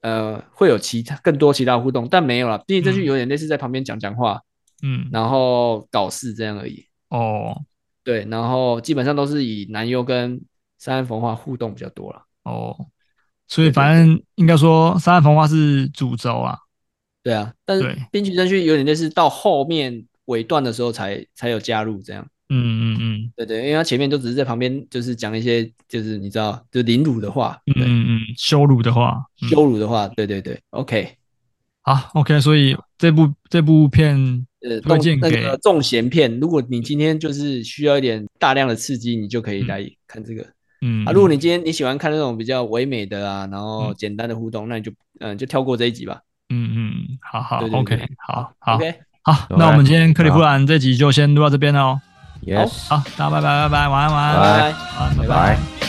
[SPEAKER 2] 呃，会有其他更多其他互动，但没有了。冰崎真绪
[SPEAKER 3] 嗯
[SPEAKER 2] 有点类似在旁边讲讲话，
[SPEAKER 3] 嗯
[SPEAKER 2] 然后搞事这样而已。
[SPEAKER 3] 哦
[SPEAKER 2] 对，然后基本上都是以男优跟三安冯化互动比较多了。
[SPEAKER 3] 哦，所以反正应该说《三岸红花》是主轴啊，
[SPEAKER 2] 对啊，但是
[SPEAKER 3] 对
[SPEAKER 2] 冰崎真绪有点类似到后面尾段的时候才才有加入这样。
[SPEAKER 3] 嗯嗯嗯
[SPEAKER 2] 对对，因为他前面都只是在旁边就是讲一些就是你知道就凌辱的话，
[SPEAKER 3] 嗯
[SPEAKER 2] 对，
[SPEAKER 3] 嗯嗯，羞辱的话，嗯
[SPEAKER 2] 羞辱的话，对对对，OK。
[SPEAKER 3] 好，OK，所以这部这部片
[SPEAKER 2] 呃，
[SPEAKER 3] 推
[SPEAKER 2] 重
[SPEAKER 3] 荐
[SPEAKER 2] 那
[SPEAKER 3] 给
[SPEAKER 2] 个重咸片，如果你今天就是需要一点大量的刺激，你就可以来看这个、
[SPEAKER 3] 嗯
[SPEAKER 2] 啊。如果你今天你喜欢看那种比较唯美的啊，然后
[SPEAKER 3] 嗯
[SPEAKER 2] 简单的互动，那你就嗯、呃就跳过这一集吧。
[SPEAKER 3] 嗯嗯，好好
[SPEAKER 2] 对对对
[SPEAKER 3] ，OK，好好
[SPEAKER 2] OK，
[SPEAKER 3] 好，
[SPEAKER 1] 好
[SPEAKER 3] 那我
[SPEAKER 1] 来
[SPEAKER 3] 们今天克里夫兰这集就先录到这边喽。哦
[SPEAKER 1] ，yes，
[SPEAKER 3] 好，大家拜拜拜拜，晚安晚安，
[SPEAKER 1] 拜
[SPEAKER 3] 晚安，
[SPEAKER 2] 拜
[SPEAKER 3] 拜
[SPEAKER 2] 拜
[SPEAKER 3] 拜。
[SPEAKER 1] 拜。